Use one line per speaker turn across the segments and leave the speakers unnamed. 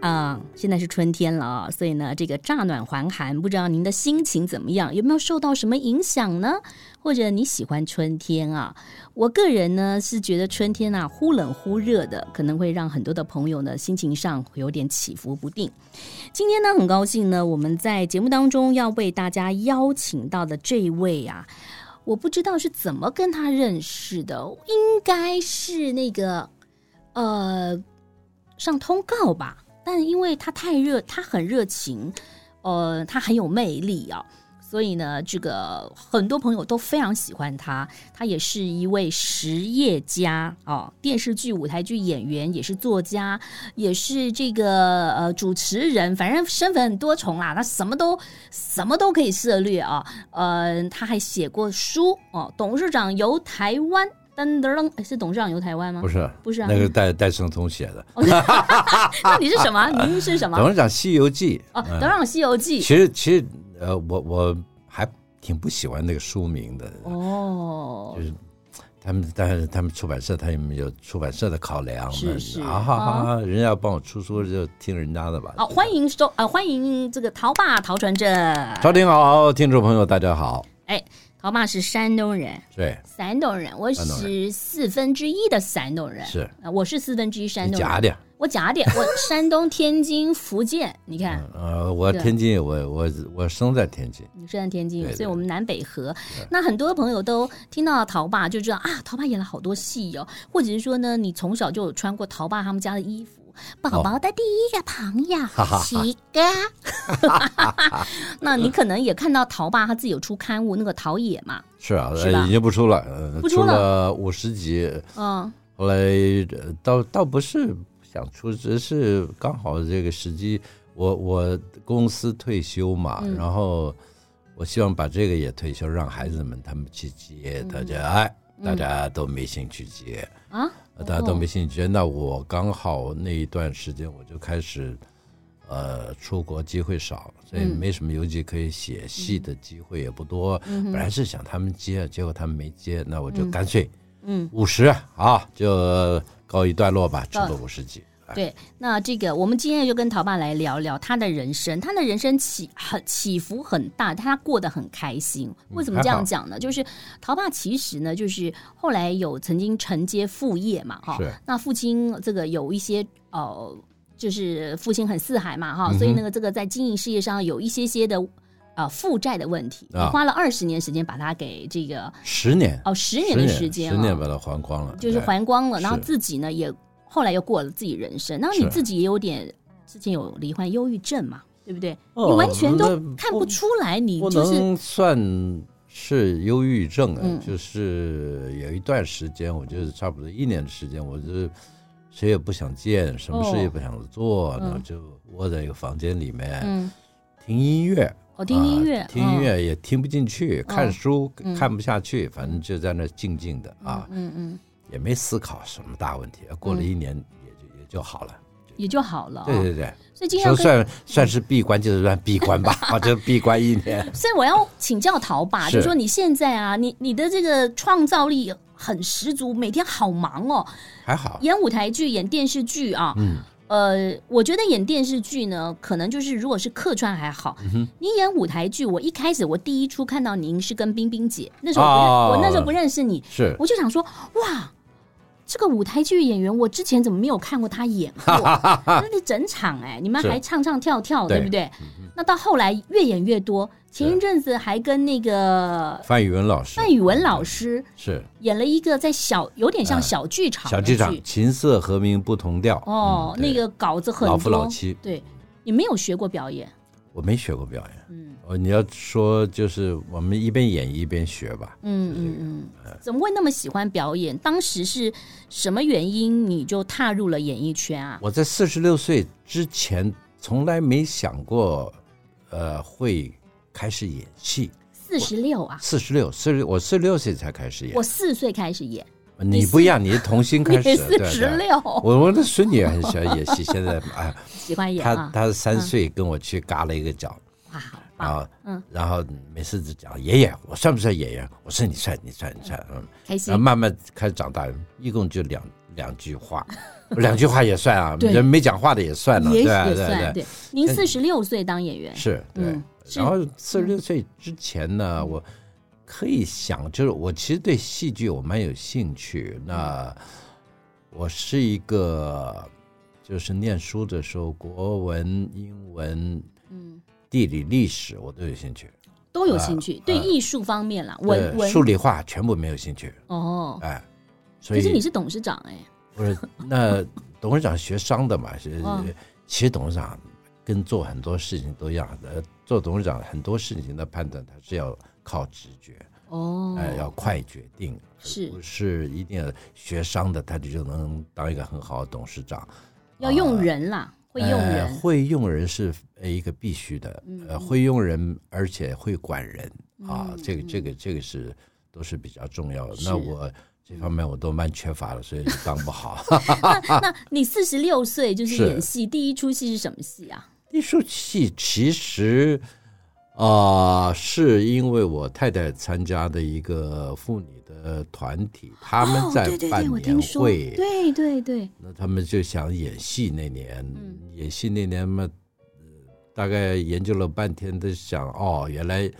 啊、嗯，现在是春天了啊，所以呢，这个乍暖还寒，不知道您的心情怎么样，有没有受到什么影响呢？或者你喜欢春天啊？我个人呢是觉得春天啊忽冷忽热的，可能会让很多的朋友呢心情上有点起伏不定。今天呢很高兴呢，我们在节目当中要为大家邀请到的这位啊。我不知道是怎么跟他认识的，应该是那个呃上通告吧，但因为他太热，他很热情，呃，他很有魅力啊、哦，所以呢，这个很多朋友都非常喜欢他。他也是一位实业家哦，电视剧、舞台剧演员，也是作家，也是这个呃主持人，反正身份很多重啦，他什么都什么都可以涉猎啊。呃，他还写过书哦，《董事长游台湾》噔噔噔，哎是董事长游台湾吗？
不是，
不是啊
那个戴戴胜通写的
那你是什么？ 您是什
《董
么？
事长西游记》
哦，《董事长西游记》
其实其实呃，我我还挺不喜欢那个书名的，
哦，
就是他们，但是他们出版社他们有出版社的考量嘛，
是是
啊哈哈，人家要帮我出书就听人家的吧。
好，欢迎收呃，欢迎这个陶爸陶传正。
朝廷好，听众朋友大家好，
哎，陶爸是山东人，
对，
山东人，我
山东
是四分之一的山东人，
是
呃我是四分之一山
你
东
假
人，
点。
我假点，我山东、天津、福建，你看。
呃，我
对
天津，我我我生在天津，
你是在天津，
对对
所以我们南北河。那很多朋友都听到陶爸就知道啊，陶爸演了好多戏哦，或者是说呢，你从小就有穿过陶爸他们家的衣服。宝
哦
宝的第一个朋友，奇哥。 那你可能也看到陶爸他自己有出刊物，那个陶冶嘛，
是啊，
是吧
呃已经不出了，呃
不出
出
了
了五十集，
嗯，
后来呃倒倒不是想出，只是刚好这个时机，我我公司退休嘛，
嗯
然后我希望把这个也退休，让孩子们他们去接，大家哎，大家都没兴趣接，
啊，
大家都没兴趣接，那我刚好那一段时间我就开始。呃，出国机会少，所以
嗯
没什么游记可以写，戏的机会也不多。
嗯
本来是想他们接，结果他们没接，那我就干脆
嗯，
五十啊，就告一段落吧，出了五十集。
对，那这个我们今天就跟陶爸来聊聊他的人生，他的人生起很起伏很大，但他过得很开心。
嗯
为什么这样讲呢？就是陶爸其实呢，就是后来有曾经承接父业嘛，哈、
是
那父亲这个有一些呃，就是父亲很四海嘛，
嗯
哈、所以那个这个在经营事业上有一些些的呃负债的问题，你
啊
花了二十年时间把它给这个
十年，
哦十
十
年的时间、啊，
十年把它还光了，
就是
对
还光了，然后
哎是
自己呢也后来又过了自己人生，然后你
是
自己也有点之前有罹患忧郁症嘛，对不对？
哦
你完全都
那
看不出来，你
不
就是
能算是忧郁症啊
嗯，
就是有一段时间，我就是差不多一年的时间，我就是谁也不想见，什么事
哦
也不想做，那我就窝在一个房间里面
嗯，
听音乐。
我听音乐，
啊听音
嗯，
乐也听不进去，看书
嗯
看不下去，反正就在那静静的啊。
嗯嗯，
也没思考什么大问题，过了一年也就、也就好了。
也就好了啊。
对对对，
所以今天要跟
说算算是闭关，就是算闭关吧， 啊，就闭关一年。
所以我要请教陶爸，
是
就说你现在啊，你你的这个创造力很十足，每天好忙哦，
还好，
演舞台剧、演电视剧啊。
嗯，
呃，我觉得演电视剧呢，可能就是如果是客串还好。
嗯
你演舞台剧，我一开始我第一出看到您是跟冰冰姐，那时候我不认、
哦
我那时候不认识你，
是
我就想说，哇，这个舞台剧演员，我之前怎么没有看过他演 过？那是整场哎、你们
是
还唱唱跳跳，
对
对不对？那到后来越演越多，前一阵子还跟那个
范宇文老师，
范宇文老师
是
演了一个在小有点像
嗯
小剧场
小
的
剧场
剧，
琴瑟和鸣不同调。
哦，
嗯
那
对
个稿子很多，
老夫老妻
对你没有学过表演，
我没学过表演，
嗯，
哦，你要说就是我们一边演一边学吧。
嗯嗯嗯，怎么会那么喜欢表演？当时是什么原因你就踏入了演艺圈啊？
我在四十六岁之前从来没想过，呃，会开始演戏。
四十六啊，
四十六，四十我四十六岁才开始演
我。四岁开始演，
你不一样，你是童星
你
开始，对
四
对
十。六，
我我的孙女也很喜欢演戏，现在啊，
喜欢 演
她
啊，
她三岁跟我去嘎了一个脚
哇，好棒，
啊，然后每次只讲爷爷，我算不算爷爷？我说你算，你算，你算，嗯。
开
然后
心，
慢慢开始长大，一共就两两句话，两句话也算啊，
对
人没讲话的也算了，
也
对吧
也
对
算
对
对。您四十六岁当演员，
是，对。
嗯是嗯
然后四十六岁之前呢，我可以想，就是我其实对戏剧我蛮有兴趣。
嗯
那我是一个，就是念书的时候，国文、英文、
嗯，
地理、历史我都有兴趣，
都有兴趣，对艺术方面啦，文
啊对
文
数理化全部没有兴趣，
哦。
哎，所
可
以
是你是董事长哎，
不是， 那董事长学商的嘛，是
嗯
其实董事长跟做很多事情都一样，呃，做董事长很多事情的判断，他是要靠直觉，
哦，
哎、要快决定，
是
不是一定要学商的，他就能当一个很好的董事长。
要用人啦，会用
呃
人，嗯
会用人是呃一个必须的，呃，会用人，而且会管人啊，这个这个这个是都是比较重要的。
嗯是
那我这方面我都蛮缺乏的，所以就当 不好。
那你四十六岁就是
是
演戏，第一出戏是什么戏啊？
艺术系其实，啊、是因为我太太参加的一个妇女的团体，他们在
哦对对
办
对，我
年
听说，
会，
对对对，
那他们就想演戏那年，
嗯
演戏那年嘛，呃大概研究了半天，都想哦，原来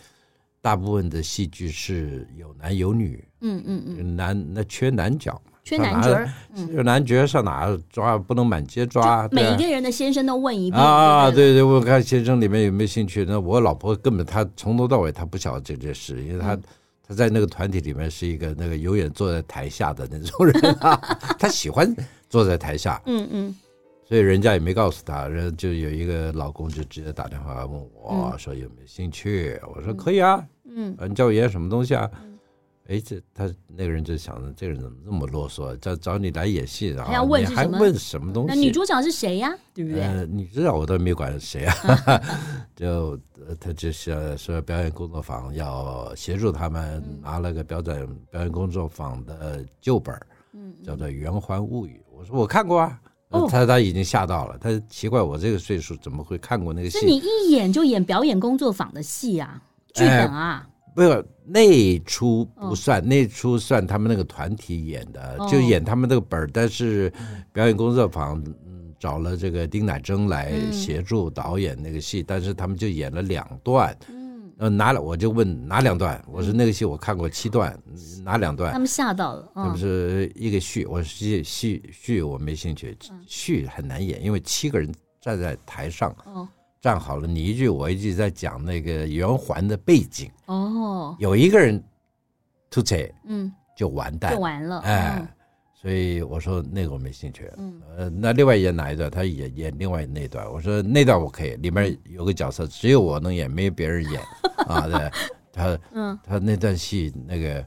大部分的戏剧是有男有女，
嗯嗯嗯，
男那缺男角嘛，
缺
上
男
哪
角儿，
缺男角上哪抓不能满街抓，
每
对啊
一个人的先生都问一遍
啊，
对
对对，我看先生里面有没有兴趣？那我老婆根本她从头到尾她不晓得这件事，因为她、
嗯
她在那个团体里面是一个那个永远坐在台下的那种人、啊，她喜欢坐在台下，
不对，嗯嗯，
所以人家也没告诉她。然后就有一个老公就直接打电话问我、说有没有兴趣？我说可以啊，
嗯，
你叫我演什么东西啊？哎，这他那个人就想着，这个人怎么这么啰嗦？找找你来演戏，然
还要
后
问
你
是
还
什么
问什么东西？
那女主角是谁呀？对嗯不对？
呃，你知道我都没管谁啊， 就呃他就是说表演工作坊要协助他们
嗯
拿了个表演表演工作坊的旧本儿，
嗯
叫做《圆环物语》。我说我看过啊，
哦
他他已经吓到了，他奇怪我这个岁数怎么会看过那个
所以你
戏？
一演就演表演工作坊的戏啊，
哎
剧本啊，
不是那出不算，那出算他们那个团体演的，
哦
就演他们那个本儿，但是表演工作坊。嗯找了这个丁乃筝来
嗯
协助导演那个戏，但是他们就演了两段，
嗯，
呃，哪两我就问哪两段？我说那个戏我看过七段，哪两
他
段？
们吓到了，
那
嗯，
不是一个序，我说戏戏序我没兴趣，序很难演，因为七个人站在台上
哦
站好了，你一句我一句在讲那个圆环的背景，
哦，
有一个人突扯
嗯，
就完蛋
就，完了，
哎
嗯，，
所以我说那个我没兴趣。
嗯
呃，那另外演哪一段？他演演另外那段。我说那段我可以，里面有个角色只有我能演，没有别人 演啊。对，他
嗯
他那段戏那个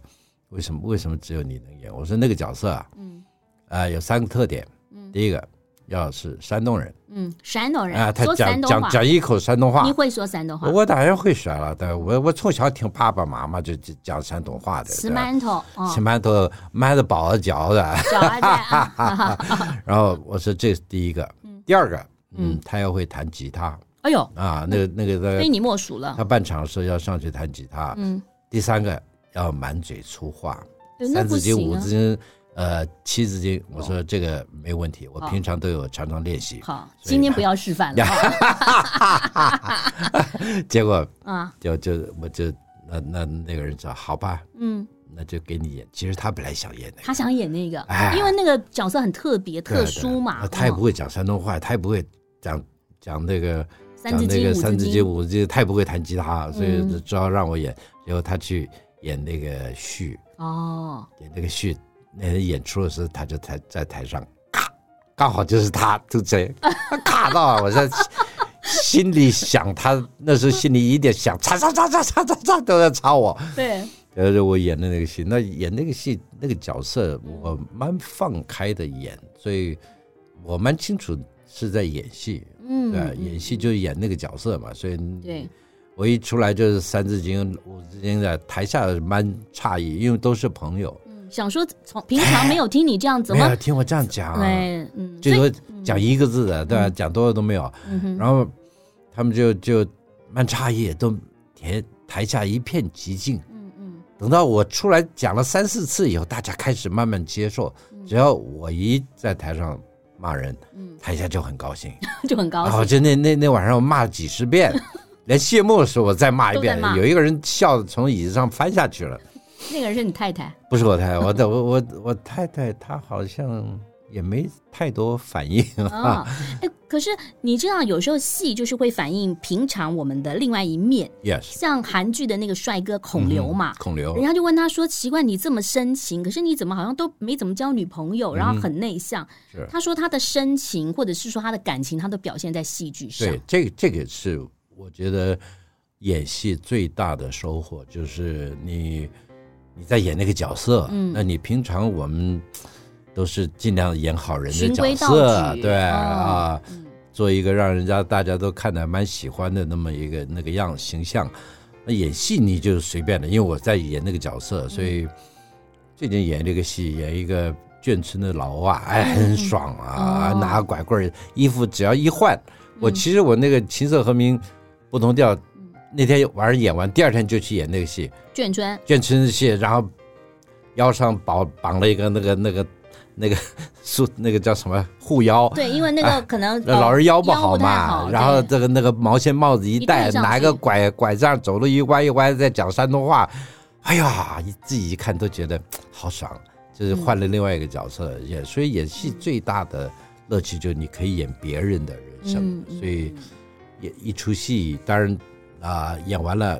为什么为什么只有你能演？我说那个角色啊，
嗯
啊有三个特点。第一个要是山东人
嗯，山东人
啊，他
说山
讲
东
讲
话，
讲一口山东话
你。会说山东话，
我当然会说了，但我我从小听爸爸妈妈就就讲山东话的，
吃
对吧
馒头，哦
吃，馒头馒头饱了嚼的。
小孩子啊，
然后我说这是第一个，第二个，嗯，他要会弹吉他
哎呦，
啊，那个那个
非
他
你莫属了
他，半场的时候要上去弹吉他，
嗯，
第三个要满嘴粗话，
对那
三
不
字经、
行
五
啊哦
字。经、呃七字经，我说这个没问题，我平常都有常常练习，
好，
所以
今天不要示范了啊
结果
啊，
就就我就那那那个人说好吧，
嗯，
那就给你演，其实他本来想演那个。
他想演那个
哎，
因为那个角色很特别、
对
特殊嘛
对，他也不
哦
会讲山东话，他也不会讲讲那个
三
讲
字
那
经、
个
五字
三字经、
经，
五字经，他也不会弹吉他，所以
嗯
只好让我演。然后他去演那个序，
哦，
演那个序，那演出的时候，他就台 在台上，咔，刚好就是他，就这他卡到了，我在心里想他那时候心里一点想，擦擦擦擦擦擦擦都在擦我。
对，
呃，是我演的那个戏，那演那个戏那个角色，我蛮放开的演，所以我蛮清楚是在演戏，
嗯，
对、演戏就是演那个角色嘛，所以
对，
我一出来就是三字经、五字经的，台下蛮诧异，因为都是朋友，
嗯想说从平常没有听你这样，怎
哎没
么
有啊听我这样讲，
对，嗯，
最
所以
多讲一个字的，对吧、讲多了都没有，
嗯哼，
然后他们就就蛮诧异，都台台下一片寂静。
嗯嗯
等到我出来讲了三四次以后，大家开始慢慢接受。只要我一在台上骂人，
嗯
台下就很高兴。
就很高
然后
兴，
就那那那晚上我骂了几 十遍，连谢幕的时候我再骂一遍
都在骂。
有一个人笑得从椅子上翻下去了，
那个人是你太 太，
不是我太太，我的我我我太太她好像也没太多反应 啊。
啊，哎，可是你知道，有时候戏就是会反映平常我们的另外一面，
yes，
像韩剧的那个帅哥孔
嗯
刘嘛。
孔刘
人，家就问他说：“奇怪，你这么深情，可是你怎么好像都没怎么交女朋友，然后很内向。
嗯是
他说他的深情，或者是说他的感情，他都表现在戏剧上。
对，这个这个是我觉得演戏最大的收获，就是你你在演那个角色，
嗯
那你平常我们都是尽量演好人的
循规
角
蹈
色，
矩
对、
哦
啊
嗯，
做一个让人家大家都看得蛮喜欢的那么一个那个样形象。那演戏你就是随便的，因为我在演那个角色，所以最近演这个戏，演一个眷村的老外，哎，很爽啊！
哦
拿拐棍儿，衣服只要一换，我其实我那个琴瑟和鸣不同调，那天晚上演完，第二天就去演那个戏，
眷村
眷村戏，然后腰上绑绑了一个那个那个那个束，那个叫什么护腰。
对，因为那个可能、
哎那
呃
老人腰不
腰
好
不太
嘛，
好
然后
对
这个那个毛线帽子一
一戴
戴，
上去
拿一个拐拐杖走路一歪一歪，在讲山东话，哎呀，一自己一看都觉得好爽，就是换
嗯
了另外一个角色演，所以演戏最大的乐趣就是你可以演别人的人生，
嗯嗯
所以演一出戏，当然啊、演完了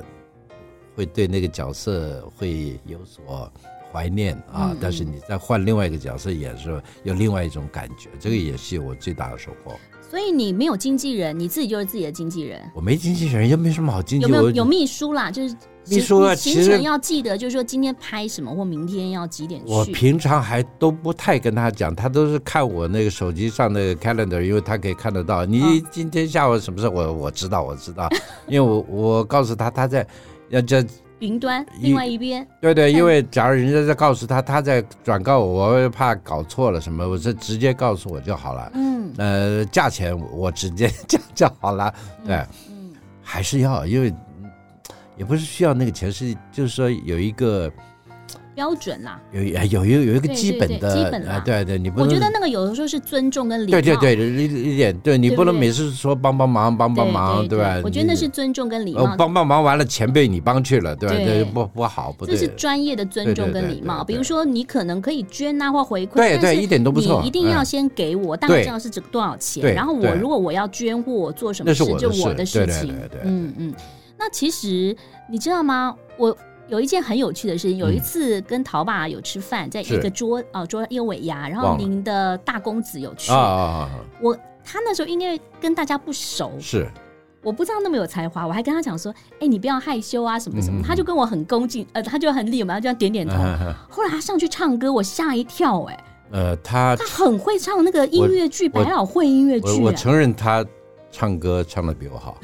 会对那个角色会有所。怀念啊！
嗯
但是你再换另外一个角色演的时候，有另外一种感觉，这个也是我最大的收获。
所以你没有经纪人，你自己就是自己的经纪人。
我没经纪人，又没什么好经纪。
有没有
我
有秘书啦？就是
秘书啊
行
其
行
实
程要记得，就是说今天拍什么，或明天要几点去。
我平常还都不太跟他讲，他都是看我那个手机上那个 calendar，因为他可以看得到。你
嗯
今天下午什么事？我我知道，我知道， 因为我我告诉他他在，要这
云端
一
另外一边，
对对，
看
因为假如人家在告诉他，他在转告我，我怕搞错了什么，我是直接告诉我就好了。
嗯
呃，价钱我直接讲就好了。对，
嗯
还是要，因为嗯也不是需要那个钱，是就是说有一个。
标准啦。
有有哎有一个有一个
对
基
对
本
对
的，
基本啦
啊，对对，你不
我
能
觉得那个有的时候是尊重跟礼貌。
对对对，一一点，对你
对
不能
不对
每次说帮帮忙帮
对，
帮忙，
对
吧？
我觉得那
你
是尊重跟礼
呃
貌。
帮帮忙完了，钱被你帮去了，对吧？
对
这不不好，不
这是
对，
专业的尊重跟礼貌，
对对对对对
比如说你可能可以捐啊呐、或回馈，
对
但
对，
是
一点都不错，
你一定要
嗯
先给我，大概
对
知道是这个多少钱。
对
然后我
对
如果我要捐或我做什么
那是
事，
我的
就
事
我的事
对对
情
对对。对
嗯嗯。那其实你知道吗？我有一件很有趣的事情，有一次跟陶爸有吃饭，在一
嗯是
个桌哦桌一个尾牙，然后
忘了
您的大公子有去
啊，啊啊，
我他那时候应该跟大家不熟，
是
我不知道那么有才华，我还跟他讲说，哎、你不要害羞啊，什么什么，
嗯嗯嗯嗯
他就跟我很恭敬，呃，他就很礼貌，就这样点点头。后来他上去唱歌，我吓一跳、哎，
呃，他
他很会唱那个音乐剧，
我
百老汇音乐剧、
我我
哎
承认他唱歌唱的比我好，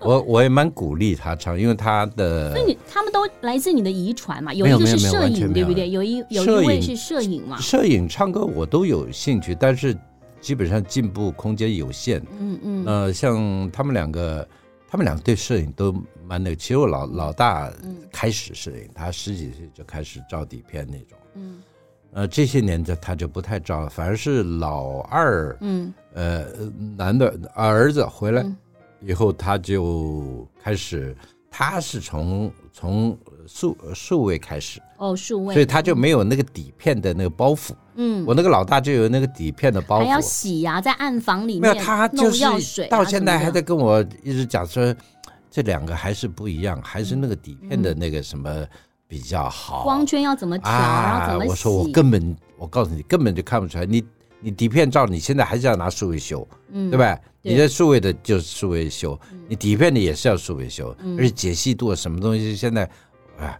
我我也蛮鼓励他唱，因为他的
所以你他们都来自你的遗传嘛，有
没
一
有
个是
没有没有
摄
完
影，
全没
对
有
不对？有一有
摄
一
影
位是摄影嘛，
摄影、唱歌我都有兴趣，但是基本上进步空间有限。
嗯嗯，
呃，像他们两个，他们两个对摄影都蛮那个。其实我老老大
嗯
开始摄影，他十几岁就开始照底片那种。
嗯。
呃，这些年就他就不太照了，反而是老二，
嗯，
呃，男的儿子回来
嗯
以后，他就开始，他是从从数呃数位开始，
哦，数位，
所以他就没有那个底片的那个包袱。
嗯，
我那个老大就有那个底片的包
还要
袱，
洗呀、在暗房里
没有
面
他
弄
就是
药水啊、
到现在还
什么
在
的
跟我一直讲说，这两个还是不一样，还是那个底片的那个什么比较好。
嗯光圈要怎么调，然后怎
啊
么洗，
我说我根本，我告诉你，根本就看不出来。你你底片照你现在还是要拿数位修，
嗯，
对？吧？
对
你这数位的就是数位修，你底片的也是要数位修，
嗯
而且解析度啊什么东西现在啊，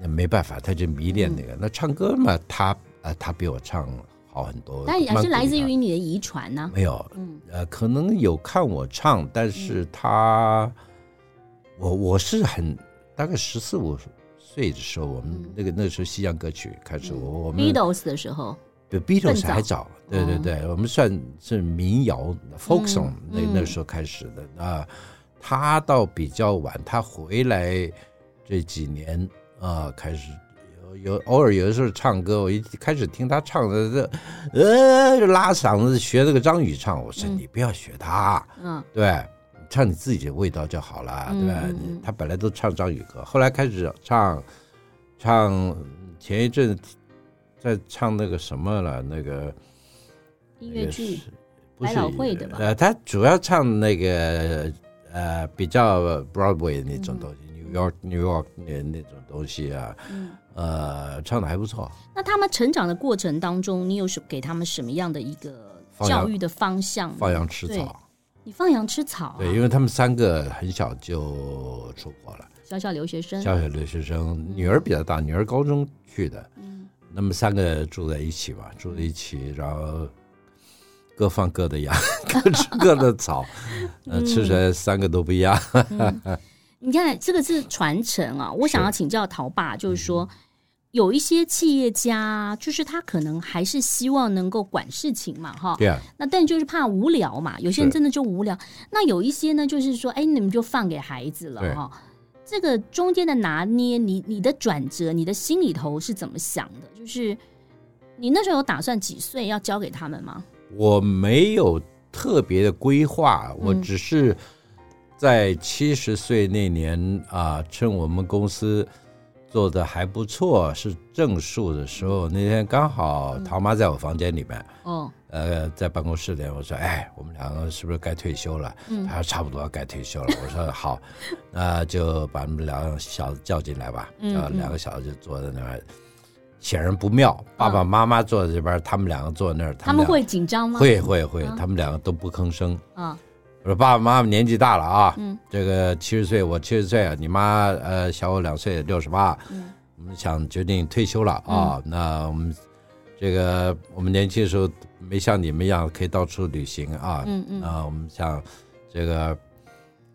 那没办法，他就迷恋
嗯
那个。那唱歌嘛，他啊他比我唱好很多，
但也
蛮
是
鼓
来自
励他
于你的遗传呢、
没有，
嗯
呃，可能有看我唱，但是他，我我是很大概十四五岁的时候，我们
嗯
那个那时候西洋歌曲开始，我我们
，Beatles 的时候，
对
更
Beatles
早
还早，对对
哦
对，我们算是民谣 folk song
嗯
那
嗯
那时候开始的。那他倒比较晚，他回来这几年啊，开始有有偶尔有的时候唱歌，我一开始听他唱的这呃拉嗓子学那个张宇唱，我说
嗯
你不要学他，
嗯
对。唱你自己的味道就好了，
嗯
对吧？
嗯嗯
你他本来都唱张宇歌，后来开始唱唱前一阵在唱那个什么了，那个
音乐
也
剧
是，不
百
是
老汇的吧
呃，他主要唱那个呃比较 Broadway 那种东西、n e w York New York 那那种东西啊，
嗯，
呃，唱的还不错。
那他们成长的过程当中，你有什给他们什么样的一个
放羊
教育的方向呢？
放羊吃草，
你放羊吃草、啊，
对，因为他们三个很小就出国了，
小小留学生，
小小留学生，女儿比较大，女儿高中去的，
嗯
那么三个住在一起嘛，住在一起，然后各放各的羊， 各吃各的草，
嗯
呃，吃出来三个都不一样。
你看这个是传承啊。我想
是嗯
要请教陶爸，就是说。有一些企业家，就是他可能还是希望能够管事情嘛，哈，
对啊，
那但就是怕无聊嘛，有些人
是
真的就无聊。那有一些呢，就是说，哎，你们就放给孩子了
对
哈、这个中间的拿捏，你你的转折，你的心里头是怎么想的？就是你那时候有打算几岁要交给他们吗？
我没有特别的规划，我
嗯
只是在七十岁那年啊、趁我们公司做的还不错，是正数的时候，那天刚好
嗯
唐妈在我房间里面，
哦，
呃，在办公室里，我说，哎，我们两个是不是该退休了？
嗯
他说差不多该退休了。我 说好，那就把你们两个小子叫进来吧。
嗯
叫
嗯
两个小子就坐在那儿，显然不妙。爸爸妈妈坐在这边，他们两个坐在那儿，
他
们
们
两
会紧张吗？
会会会
啊，
他们两个都不吭声。
啊，
我说爸爸妈妈年纪大了啊，
嗯
这个七十岁，我七十岁，啊你妈呃小我两岁，六十八，
嗯
我们想决定退休了啊。那我们这个我们年轻的时候没像你们一样可以到处旅行啊，
嗯嗯，
啊，我们想这个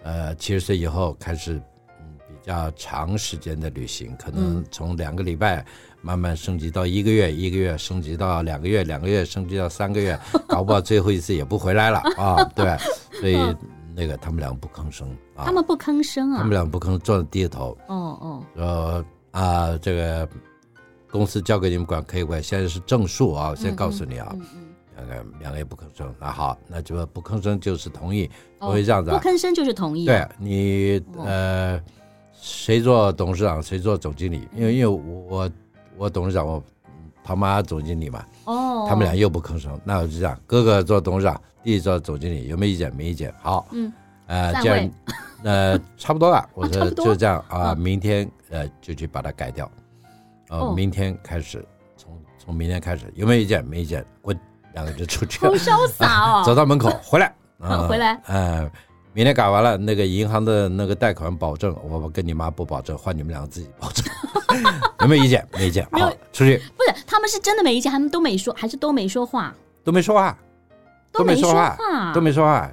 呃七十岁以后开始嗯比较长时间的旅行，可能
嗯
从两个礼拜慢慢升级到一个月，一个月升级到两个月，两个月升级到三 个月，搞不好最后一次也不回来了啊！对，所以那个他们两个不吭声
嗯
啊，
他们不吭声
他
啊
们。两个不吭声，坐着低着头，
哦哦，
呃啊这个。公司交给你们管可以管，现在是正数啊！我先告诉你啊，
嗯嗯，
两个两个也不吭声。那好，那就不吭声就是同意，
哦
我会这样子、
不
啊。
吭声就是同意。，
对你
哦
呃，谁做董事长，谁做总经理？因为因为我我董事长，我他妈总经理嘛，
哦，
他们俩又不吭声。那我就这样，哥哥做董事长，弟弟做总经理，有没有意见？没意见。好，
嗯，
呃，
散
既然
会
呃差不 多了，我
差
说
不多
就这样啊，
嗯
明天呃就去把它改掉。
哦
呃，明天开始，从从明天开始，有没有意见？没意见，滚，两个就出去
好
了。 啊
潇洒
走
哦。
到 门口回来，啊
回来，
嗯，明天改完了，那个银行的那个贷款保证，我我跟你妈不保证，换你们两个自己 保证， 有没有意见？没意见，
没有
好，出去
不是，他们是真的没意见，他们都没说，还是都没说话，
都没说话，都
没
没
说
说话
话，
都没说话，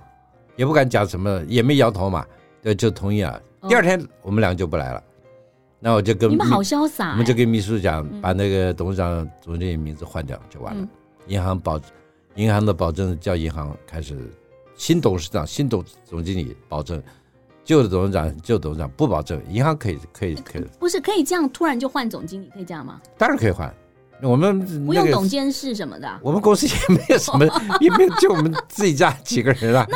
也不敢讲什么，也没摇头嘛，对，就同意了。啊
哦
第二天我们俩就不来了，那我就跟
你们
秘
好潇洒、
我们就跟秘书讲
嗯，
把那个董事长、总经理名字换掉就完了
嗯。
银行保，银行的保证叫银行开始，新董事长、新董总经理保证，旧的董事长、旧董事长不保证，银行可以可以可以，
不是可以这样突然就换总经理，可以这样吗？
当然可以换。我们
不
那
用
个
董监事什么的啊，
我们公司也没有什 么，也没有就我们自己家几个人啊。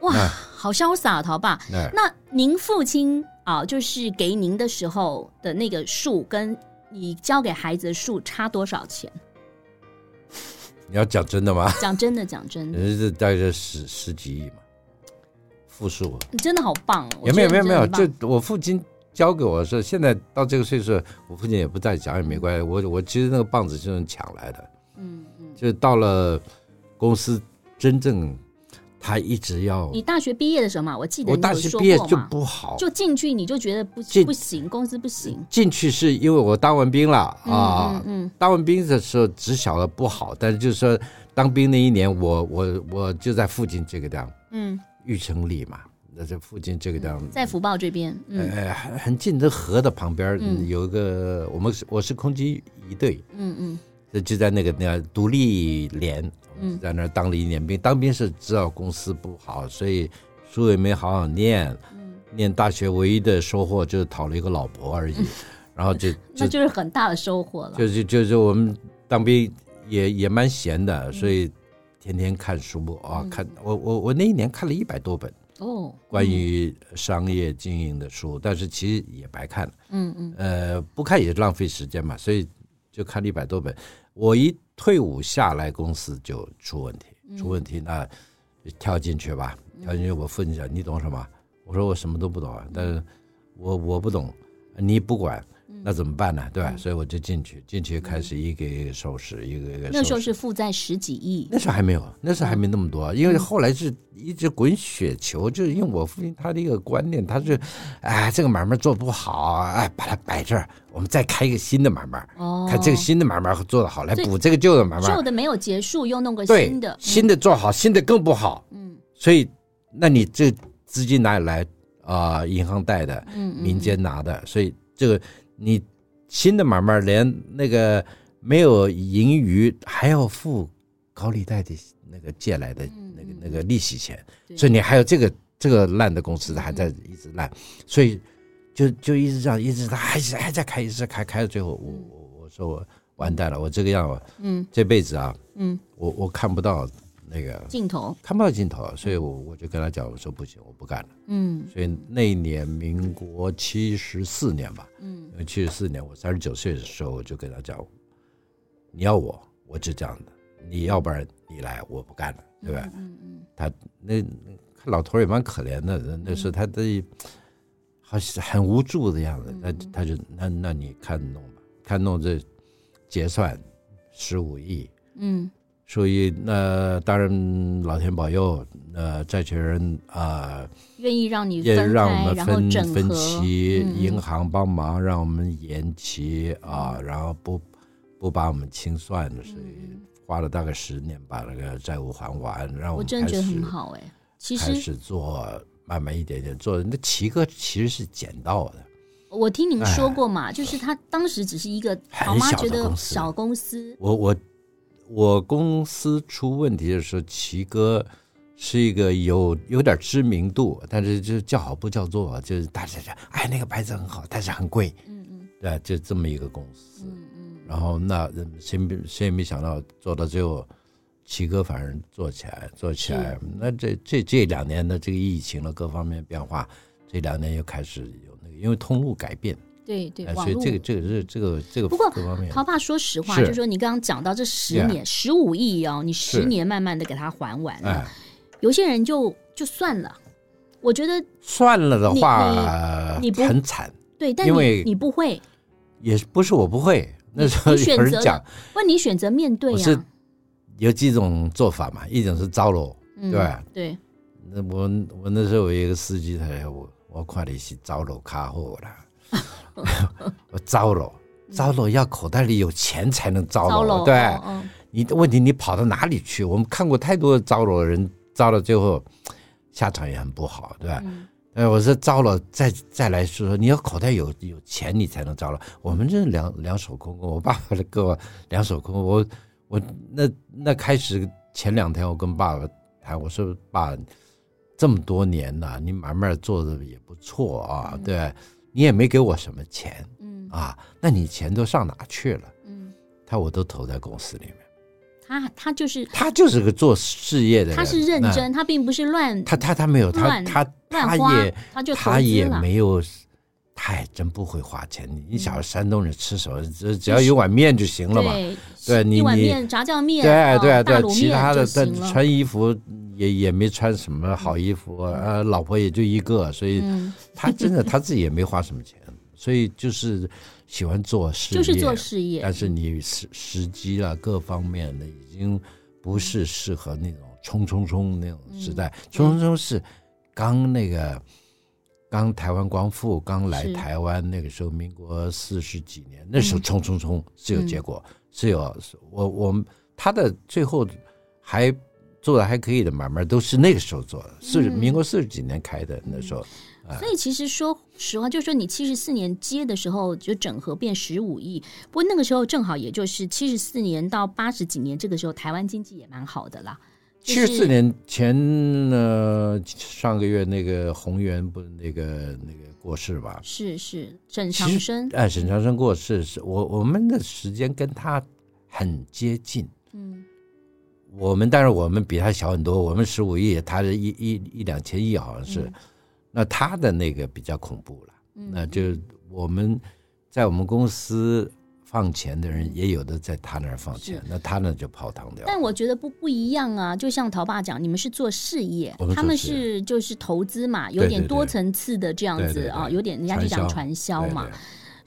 哇，
哎
好潇洒、啊，陶爸。
那
那您父亲啊，就是给您的时候的那个数，跟你交给孩子的数差多少钱？
你要讲真的吗？
讲真的，讲真的，
人家大概是十十几亿嘛，负数啊。
你真的好棒哦！
也没有没有没有，
就
就我父亲教给我说，现在到这个岁数，我父亲也不在讲也没关系。我我其实那个棒子就是抢来的，
嗯嗯嗯，
就到了公司真正他一直要
你，大学毕业的时候嘛，我记得
我
你
大
有
学
说
毕业
过
就
嘛，
不好，
就进去你就觉得不
进
不行，公司不行
进去是因为我当完兵了啊，
嗯嗯
当完兵的时候只晓得不好，但是就是说当兵那一年我，我我就在附近这个地方
嗯，
玉城里嘛，那这附近这个地方。
在福报这边，嗯
呃，很很近的河的旁边
嗯
有一个，我们是我是空军一队，
嗯嗯
这就在那个那个独立连，我们在那儿当了一年兵。当兵是知道公司不好，所以书也没好好念。念大学唯一的收获就是讨了一个老婆而已，然后就
那
就
就是很大的收获了。
就就就是我们当兵也也蛮闲的，所以天天看书啊，看我我我那一年看了一百多本
哦，
关于商业经营的书，但是其实也白看了，
嗯嗯
呃，不看也浪费时间嘛，所以就看了一百多本。我一退伍下来，公司就出问
嗯
题，出问题那就跳进去吧，跳进去我父亲讲你懂什么？我说我什么都不懂
嗯
啊，但是我我不懂，你不管。
嗯
那怎么办呢？对吧？所以我就进去，进去开始一个一个收拾，一个一个
那时
收
候
拾。
是负债十几亿，
那时候还没有，那时候还
嗯
没那么多，因为后来是一直滚雪球，就是因为我父亲他的一个观念，他是，哎，这个买卖做不好，哎，把它摆这儿，我们再开一个新的买卖，
哦
看这个新的买卖做得好，来
所以
补这个旧的买卖
旧，的没有结束，又弄个
对，
新的，
新的做好，新的更不好，
嗯
所以那你这资金哪里来啊、银行贷的，
嗯嗯，
民间拿的，所以这个你新的买卖连那个没有盈余还要付高利贷的那个借来的
嗯
那个
嗯
那个利息钱，
对
所以你还有这个这个烂的公司还在一直烂，所以就就一直这样，一直它还是还在开，一直开开到最后，我我我说我完蛋了，我这个样我
嗯
这辈子啊，
嗯
我我看不到那个
镜头，
看不到尽头，啊所以我我就跟他讲，我说不行，我不干了。
嗯
所以那一年民国七十四年吧，
嗯，
七十四年我三十九岁的时候，我就跟他讲，你要我，我就这样的，你要不然你来，我不干了，对吧？
嗯嗯
他那看老头儿也蛮可怜的，那那时候
嗯
他的好像很无助的样子，他他
嗯
就那那你看弄吧，看弄这结算十五亿，
嗯
所以那当然老天保佑，呃，债权人啊。
愿意让你
也
分
让
开，
我
然
们
后
分
整
分
合，
期，
嗯嗯
银行帮忙让我们延期啊，然后不不把我们清算，所以花了大概十年把那个债务还完，
嗯
让
我
们
真的
开
觉
始
得很好哎。其
开
实
始做，慢慢一点点做。那奇哥其实是捡到的，
我听您说过嘛，就是他当时只是一个
哎很
老妈
小的
觉得
公司
小公司，
我我我公司出问题的时候，奇哥是一个有有点知名度，但是就叫好不叫座，就是大家讲，哎，那个牌子很好，但是很贵，
嗯嗯
对，就这么一个公司。
嗯嗯，
然后那嗯谁没谁也没想到做到最后，奇哥反正做起来，做起来。那这这这两年的这个疫情了，各方面变化，这两年又开始有那个，因为通路改变，
对对
哎，
网
所以
络
这。个这个是这个这个
不过
各方面
陶爸，说实话，
是
就说你刚刚讲到这十年十五亿哦，你十
是
年慢慢的给他还完了
哎，，
有些人就就算了。我觉得
算了的话
你你不
很惨，
对，但
因
你
为
你不会，
也不是我不会。那时候
你选
有人
择
讲
了，问你选择面对
我是
呀，
有几种做法嘛，一种是招了，
嗯，
对
对，
那我我那时候我有一个司机，他说我我看你是走路卡好啦， 我走路走路要口袋里有钱才能走
糟了，
路，对、
哦哦
你的问题你跑到哪里去？我们看过太多糟了的人，糟了最后下场也很不好，对吧？
嗯
哎，我说糟了，再再来说说，你要口袋有有钱，你才能糟了。我们这两两手空空，我爸爸给我两手空空，我我那那开始前两天我跟爸爸谈，我说爸，这么多年呐、你买卖做的也不错啊，对，你也没给我什么钱
嗯
啊，那你钱都上哪去了？
嗯，
他我都投在公司里面，
他他就是
他就是个做事业的人，
他是认
那
真，他并不是乱
他他他没有，他
乱
他他
乱花
也，
他就投
他
资
也
了。嗯
没有，他还真不会花钱。你你晓得山东人吃什么，只只要有碗面就行了嘛。
对，
对你
一碗
你
面、炸酱面，
对
啊
对
大
对，
卤
其
面
他
就
的
行
但
了。
穿衣服也也没穿什么好衣服，呃，老婆也就一个，所以
嗯
他真的他自己也没花什么钱，所以就是喜欢做事业，
就是做事业，
但是你时时机啊各方面的已经不是适合那种冲冲冲那种时
嗯
代，冲冲冲是刚那个刚台湾光复刚来
是
台湾那个时候，民国四十几年那时候
嗯
冲冲冲是有
嗯
结果，是有我我们他的最后还。做的还可以的买卖都是那个时候做的，四十
嗯
民国四十几年开的那时候，
所以其实说实话，就是说你七十四年接的时候，就整合变十五亿。不过那个时候正好也就是七十四年到八十几年这个时候，台湾经济也蛮好的啦。
七
就是
十四年前呢，上个月那个宏源不是那个那个过世吧？
是是，沈
其
长
实
生，
哎，沈长生过世，是我我们的时间跟他很接近。
嗯，
我们当然我们比他小很多，我们十五亿，他是一一一两千亿好像是。
嗯
那他的那个比较恐怖了，
嗯
那就我们在我们公司放钱的人，也有的在他那儿放钱
是，
那他呢就泡汤掉了。
但我觉得不不一样啊，就像陶爸讲，你们是做事业
我，们
他
做
们
事业
是就是投资嘛，有
对
点
对
多
对
层次的这样
对
子
对
啊，
对
有点人家就讲传
传
销嘛
对。对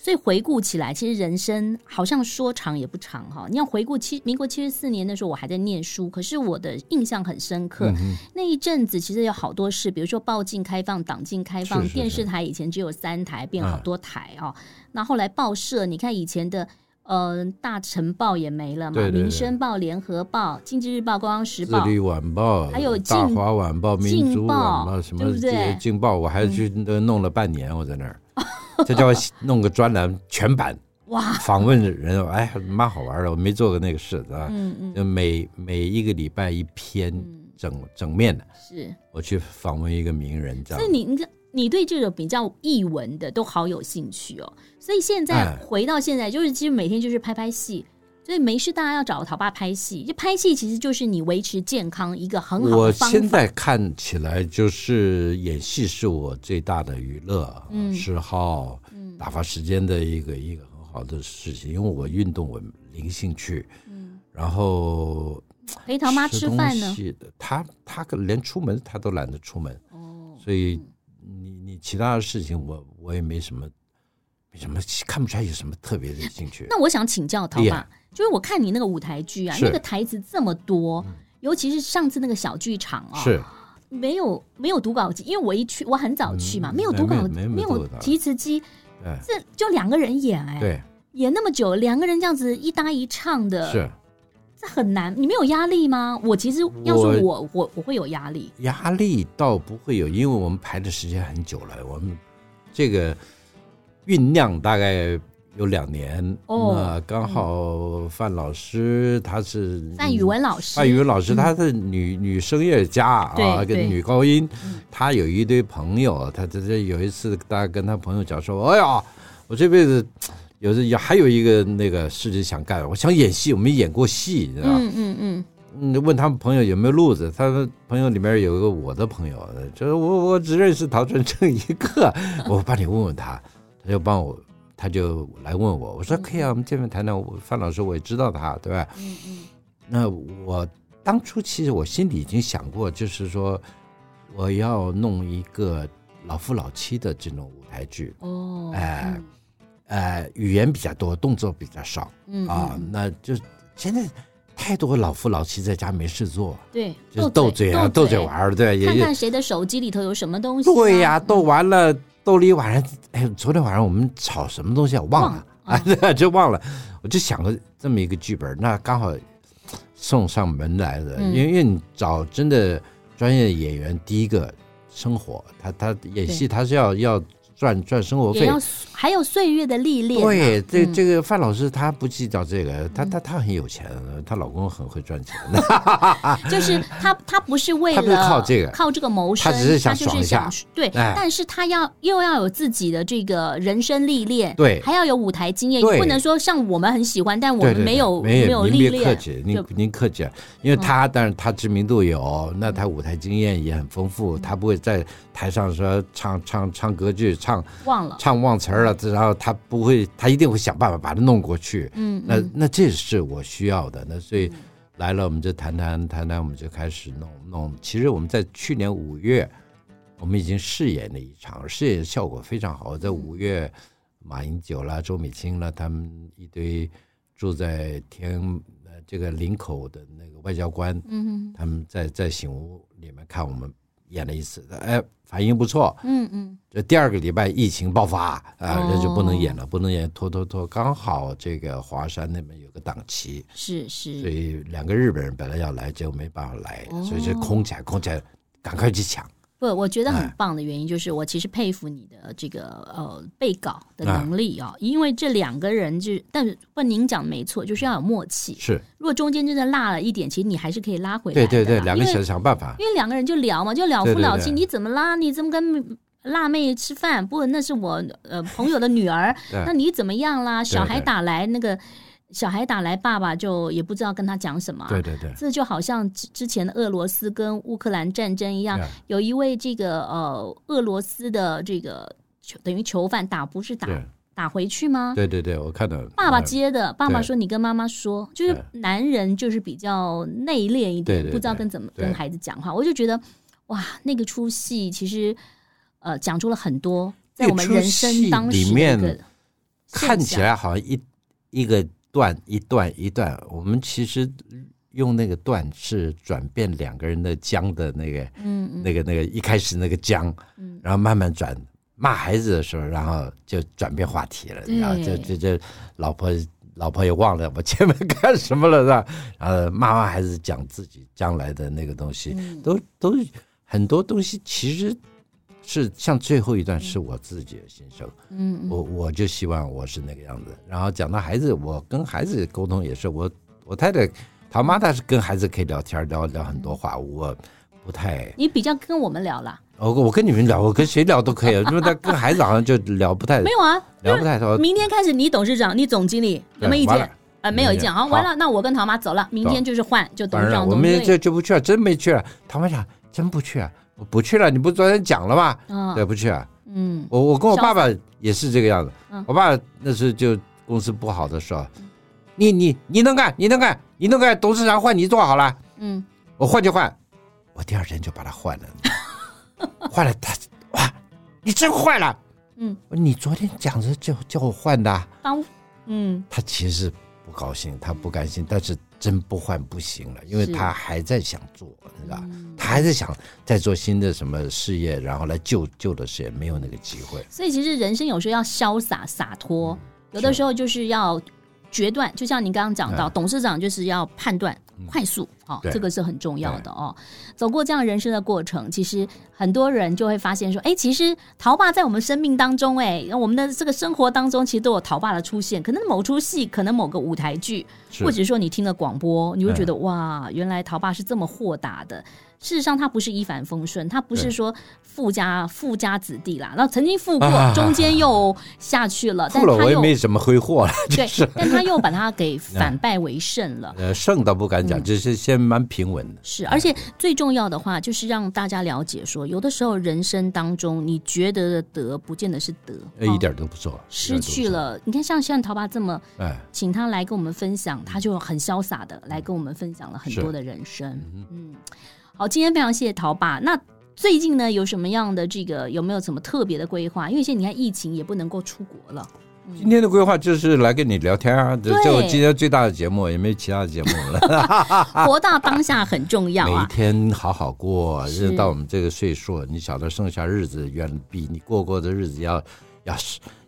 所以回顾起来，其实人生好像说长也不长哈。你要回顾七民国七十四年那时候，我还在念书，可是我的印象很深刻。
嗯
那一阵子其实有好多事，比如说报禁开放、党禁开放，
是是
电视
是
台以前只有三台，变好多台哦。那后来报社，你看以前的。呃，大成报也没了嘛，
对对对
民生报、联合报、经济日报、光阳时
自
报，
律晚报，
还有
大
劲
华晚报、民
劲
族晚
爆
报，什
对
么
不对嗯
这劲报，我还去那弄了半年，我在那儿，这 叫我弄个专栏全版
哇，
访问人，哎，蛮好玩的，我没做过那个事啊，
嗯嗯，
就每每一个礼拜一篇
嗯
整整面的，
是。
我去访问一个名人，这
所以
样。
你你看，你对这种比较译文的都好有兴趣哦。所以现在
哎
回到现在，就是其实每天就是拍拍戏，所以没事大家要找陶爸拍戏。就拍戏其实就是你维持健康一个很好
我
的方法。
现在看起来就是演戏是我最大的娱乐、
嗯
嗜好、打发时间的一个一个很好的事情，因为我运动我零兴趣，
嗯，
然后
陪陶妈吃饭呢
东，西的，他他可连出门他都懒得出门，
哦，
所以你你其他的事情我我也没什么，没什么看不出来有什么特别的兴趣。
那我想请教陶
厉
爸
害，
就是我看你那个舞台剧啊，
是嗯
那个台词这么多，尤其是上次那个小剧场啊、哦，
是
没有没有读稿机，因为我一去我很早去嘛，
嗯
没有读稿，
没没没
没有
读稿
提词机，
哎
这就两个人演哎，
对
演那么久，两个人这样子一搭一唱的，
是
这很难。你没有压力吗？我其实要是我，我我会有压力。
压力倒不会有，因为我们排的时间很久了，我们这个酝酿大概。有两年，
哦
那刚好范老师他是
范宇文老师，
嗯啊范语文老师，她是女、女声乐家啊，
对对
跟女高音
嗯，
她有一堆朋友，她这这有一次，大家跟她朋友讲说，哎呀，我这辈子有有还有一个那个事情想干，我想演戏，我没演过戏，你知道吧？
嗯嗯嗯，
嗯问他们朋友有没有路子，他们朋友里面有一个我的朋友，就是我我只认识陶纯正一个， 我帮你问问他，他就帮我，他就来问我，我说可以啊，我们见面谈谈。我范老师我也知道他，对吧？嗯嗯。那我当初其实我心里已经想过，就是说我要弄一个老夫老妻的这种舞台剧，
哦，
哎、呃，语言比较多，动作比较少
嗯，嗯
啊，
嗯
那就现在太多老夫老妻在家没事做。
对，
就是斗嘴啊，斗嘴玩，儿，对，也
看
也
看谁的手机里头有什么东西啊。
对呀、斗完了，斗了一晚上。哎，昨天晚上我们吵什么东西啊？我忘了
忘
啊
了，
就忘了。我就想了这么一个剧本，那刚好送上门来的，
嗯
因为因为你找真的专业演员，第一个生活，他他演戏他是要要赚赚生活
也
费
要。还有岁月的历练啊。
对，这
嗯
这个范老师他不计较这个，他他他很有钱，她老公很会赚钱，
就是他，他不是为了
他不是靠这个
靠这个谋生，
他只是想
他就
爽
是
一
想
下
对，
哎
但是他要又要有自己的这个人生历练，
对
还要有舞台经验，
对
你不能说像我们很喜欢，但我
对
们
对对
没有
没
有
您
历
别客
练，
气，您
就嗯
您客气，啊因为他当然他知名度有，那他舞台经验也很丰
嗯
富，他不会在台上说唱唱唱歌剧、唱
忘了，
唱忘词儿了，然后他不会，他一定会想办法把它弄过去。
嗯，
那
嗯
那这是我需要的，那所以来了我们就谈谈谈谈，我们就开始弄弄。其实我们在去年
嗯
五月，我们已经试演了一场，试演效果非常好，在五月马英九啦、周美青啦，他们一堆住在天呃这个林口的那个外交官，
嗯
他们在在醒屋里面看我们演了一次，哎，反应不错。
嗯嗯
这第二个礼拜疫情爆发啊，
哦
那、就不能演了，不能演，拖拖拖。刚好这个华山那边有个档期，
是
所
是
以两个日本人本来要来，结果没办法来，
嗯哦
所以就空起来，空起来，赶快去抢。
不，我觉得很棒的原因就是，我其实佩服你的这个呃背稿的
啊
能力哦，因为这两个人就，但是不，您讲的没错，就是要有默契。
是
如果中间真的落了一点，其实你还是可以拉回来的
对
啦。
对对，两个
因为
想想办法。
因为两个人就聊嘛，就了
对
夫
对
了妻，
对
你怎么啦？你怎么跟辣妹吃饭？不，那是我呃朋友的女儿，
对
那你怎么样啦？小孩
对
打来那个小孩打来，爸爸就也不知道跟他讲什么啊。
对对对，
这就好像之之前的俄罗斯跟乌克兰战争一样，
对
有一位这个呃俄罗斯的这个囚等于囚犯打不是打
对
打回去吗？
对对对，我看到
爸爸
嗯
接的，爸爸
对哎
说你跟妈妈说，就是男人就是比较内敛一
对
点，
对对
不知道跟怎么
对
跟孩子讲话。我就觉得哇，那个出戏其实呃讲出了很多在我们人生当时
那出戏里
的一
面
个
看
现
起
象
来好像一一个段一段一段，我们其实用那个段是转变两个人的僵的那个
嗯嗯
那个那个一开始那个僵，
嗯
然后慢慢转。骂孩子的时候，然后就转变话题了，
对
然后这这这老婆老婆也忘了我前面干什么了，是吧？然后骂完孩子讲自己将来的那个东西，
嗯
都都很多东西其实是像最后一段是我自己的心声，
嗯
我我就希望我是那个样子。然后讲到孩子，我跟孩子沟通也是，我我太太唐妈她是跟孩子可以聊天，聊聊很多话，我不太
你比较跟我们聊啦，
我我跟你们聊，我跟谁聊都可以，因为她跟孩子好像就聊不太
没有啊？
聊不太多。
明天开始你董事长，你总经理有没有意
呃完了
见？呃，没有意
没意
见，
见
好，完
好
了，那我跟唐妈走了，明天就是换就董
当
事
然了，
长、
我
董
们
经
这
理。
就不去了，真没去了。唐妈讲真不去啊，我不去了，你不昨天讲了吗？对，
嗯
不去啊。
嗯
我我跟
潇
我
洒
爸爸也是这个样子，
嗯
我爸那时候就公司不好的时候，你你你能干，你能干，你能干，董事长换你做好了，
嗯，
我换就换，我第二天就把他 换了，换了他哇，你真坏了，
嗯，
你昨天讲着叫叫我换的啊，
当嗯
他其实不高兴，他不甘心，但是真不换不行了，因为
是嗯
他还在想做，你知道吧。他还在想再做新的什么事业，然后来救旧的事业，没有那个机会。
所以其实人生有时候要潇洒洒脱，有的时候就是要决断，就像您刚刚讲到，董事长就是要判断快速，哦，
哎嗯对
这个是很重要的哦。走过这样人生的过程，其实很多人就会发现说，哎，其实陶爸在我们生命当中，哎，我们的这个生活当中，其实都有陶爸的出现，可能某出戏，可能某个舞台剧，
是哎
或者说你听了广播，你会觉得、哇，原来陶爸是这么豁达的。事实上，他不是一帆风顺，他不是
对
说富家富家子弟啦，然后曾经富过，
啊
中间又下去 了，但
富了
他
我也
又
没怎么挥霍了，
对，但他又把他给反败为胜了。
呃，胜倒不敢讲，就是先蛮平稳的。
嗯是，而且最重要的话，就是让大家了解说，有的时候人生当中，你觉得的得，不见得是得，
呃，
哦
一点都不错，
失去了。你看，像像陶爸这么
一点都不错。哎，
请他来跟我们分享，他就很潇洒的来跟我们分享了很多的人生。嗯，好，今天非常谢谢陶爸。那最近呢，有什么样的这个有没有什么特别的规划？因为现在你看疫情也不能够出国了，
今天的规划就是来跟你聊天啊，这
嗯对
这我今天最大的节目，也没其他的节目了。啊
活到当下很重要
每一
啊。
天好好过，
是
人到我们这个岁数，你晓得剩下日子远比你过过的日子要要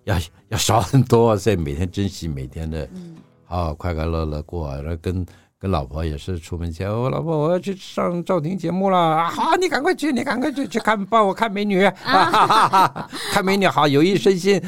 要要少很多，所以每天珍惜每天的，
嗯
好好快快乐乐过，然后跟。跟老婆也是出门前，我、老婆我要去上赵婷节目了啊！好，你赶快去，你赶快去，去看帮我看美 女，啊、看美女好有益身心。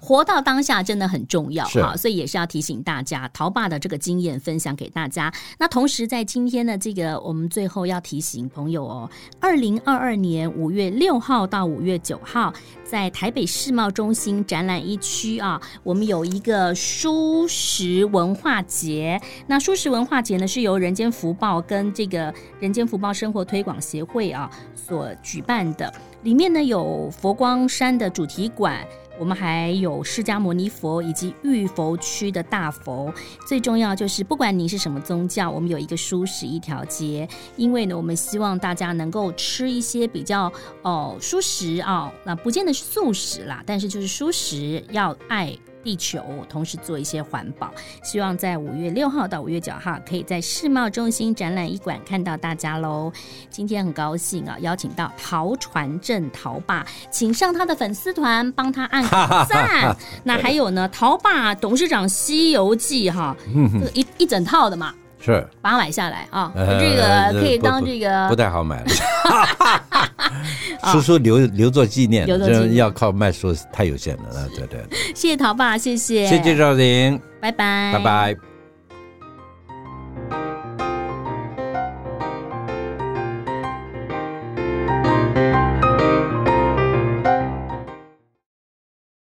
活到当下真的很重要
是
哈，所以也是要提醒大家，陶爸的这个经验分享给大家。那同时在今天呢，这个我们最后要提醒朋友哦，二零二二年五月六号到五月九号，在台北世贸中心展览一区啊，我们有一个舒适文化节。那舒适文化节呢，是由人间福报跟这个人间福报生活推广协会啊所举办的。里面呢有佛光山的主题馆、我们还有释迦牟尼佛以及玉佛区的大佛。最重要就是，不管你是什么宗教，我们有一个舒适一条街，因为呢，我们希望大家能够吃一些比较哦舒适啊，那、不见得是素食啊啦，但是就是舒适，要爱地球，同时做一些环保。希望在五月六号到五月九号，可以在世贸中心展览一馆看到大家喽。今天很高兴啊，邀请到陶传正陶爸，请上他的粉丝团帮他按个赞。那还有呢，陶爸董事长《西游记》哈，
嗯
这个一一整套的嘛，
是
把它买下来啊，
呃
这个可以
不
当
不
这
不
个
太 好买了。叔叔留留作纪念，
留作纪
这
念
要靠卖书太有限了。啊对对，对
谢谢陶爸，谢谢，
谢谢赵玲，
拜拜，
拜拜。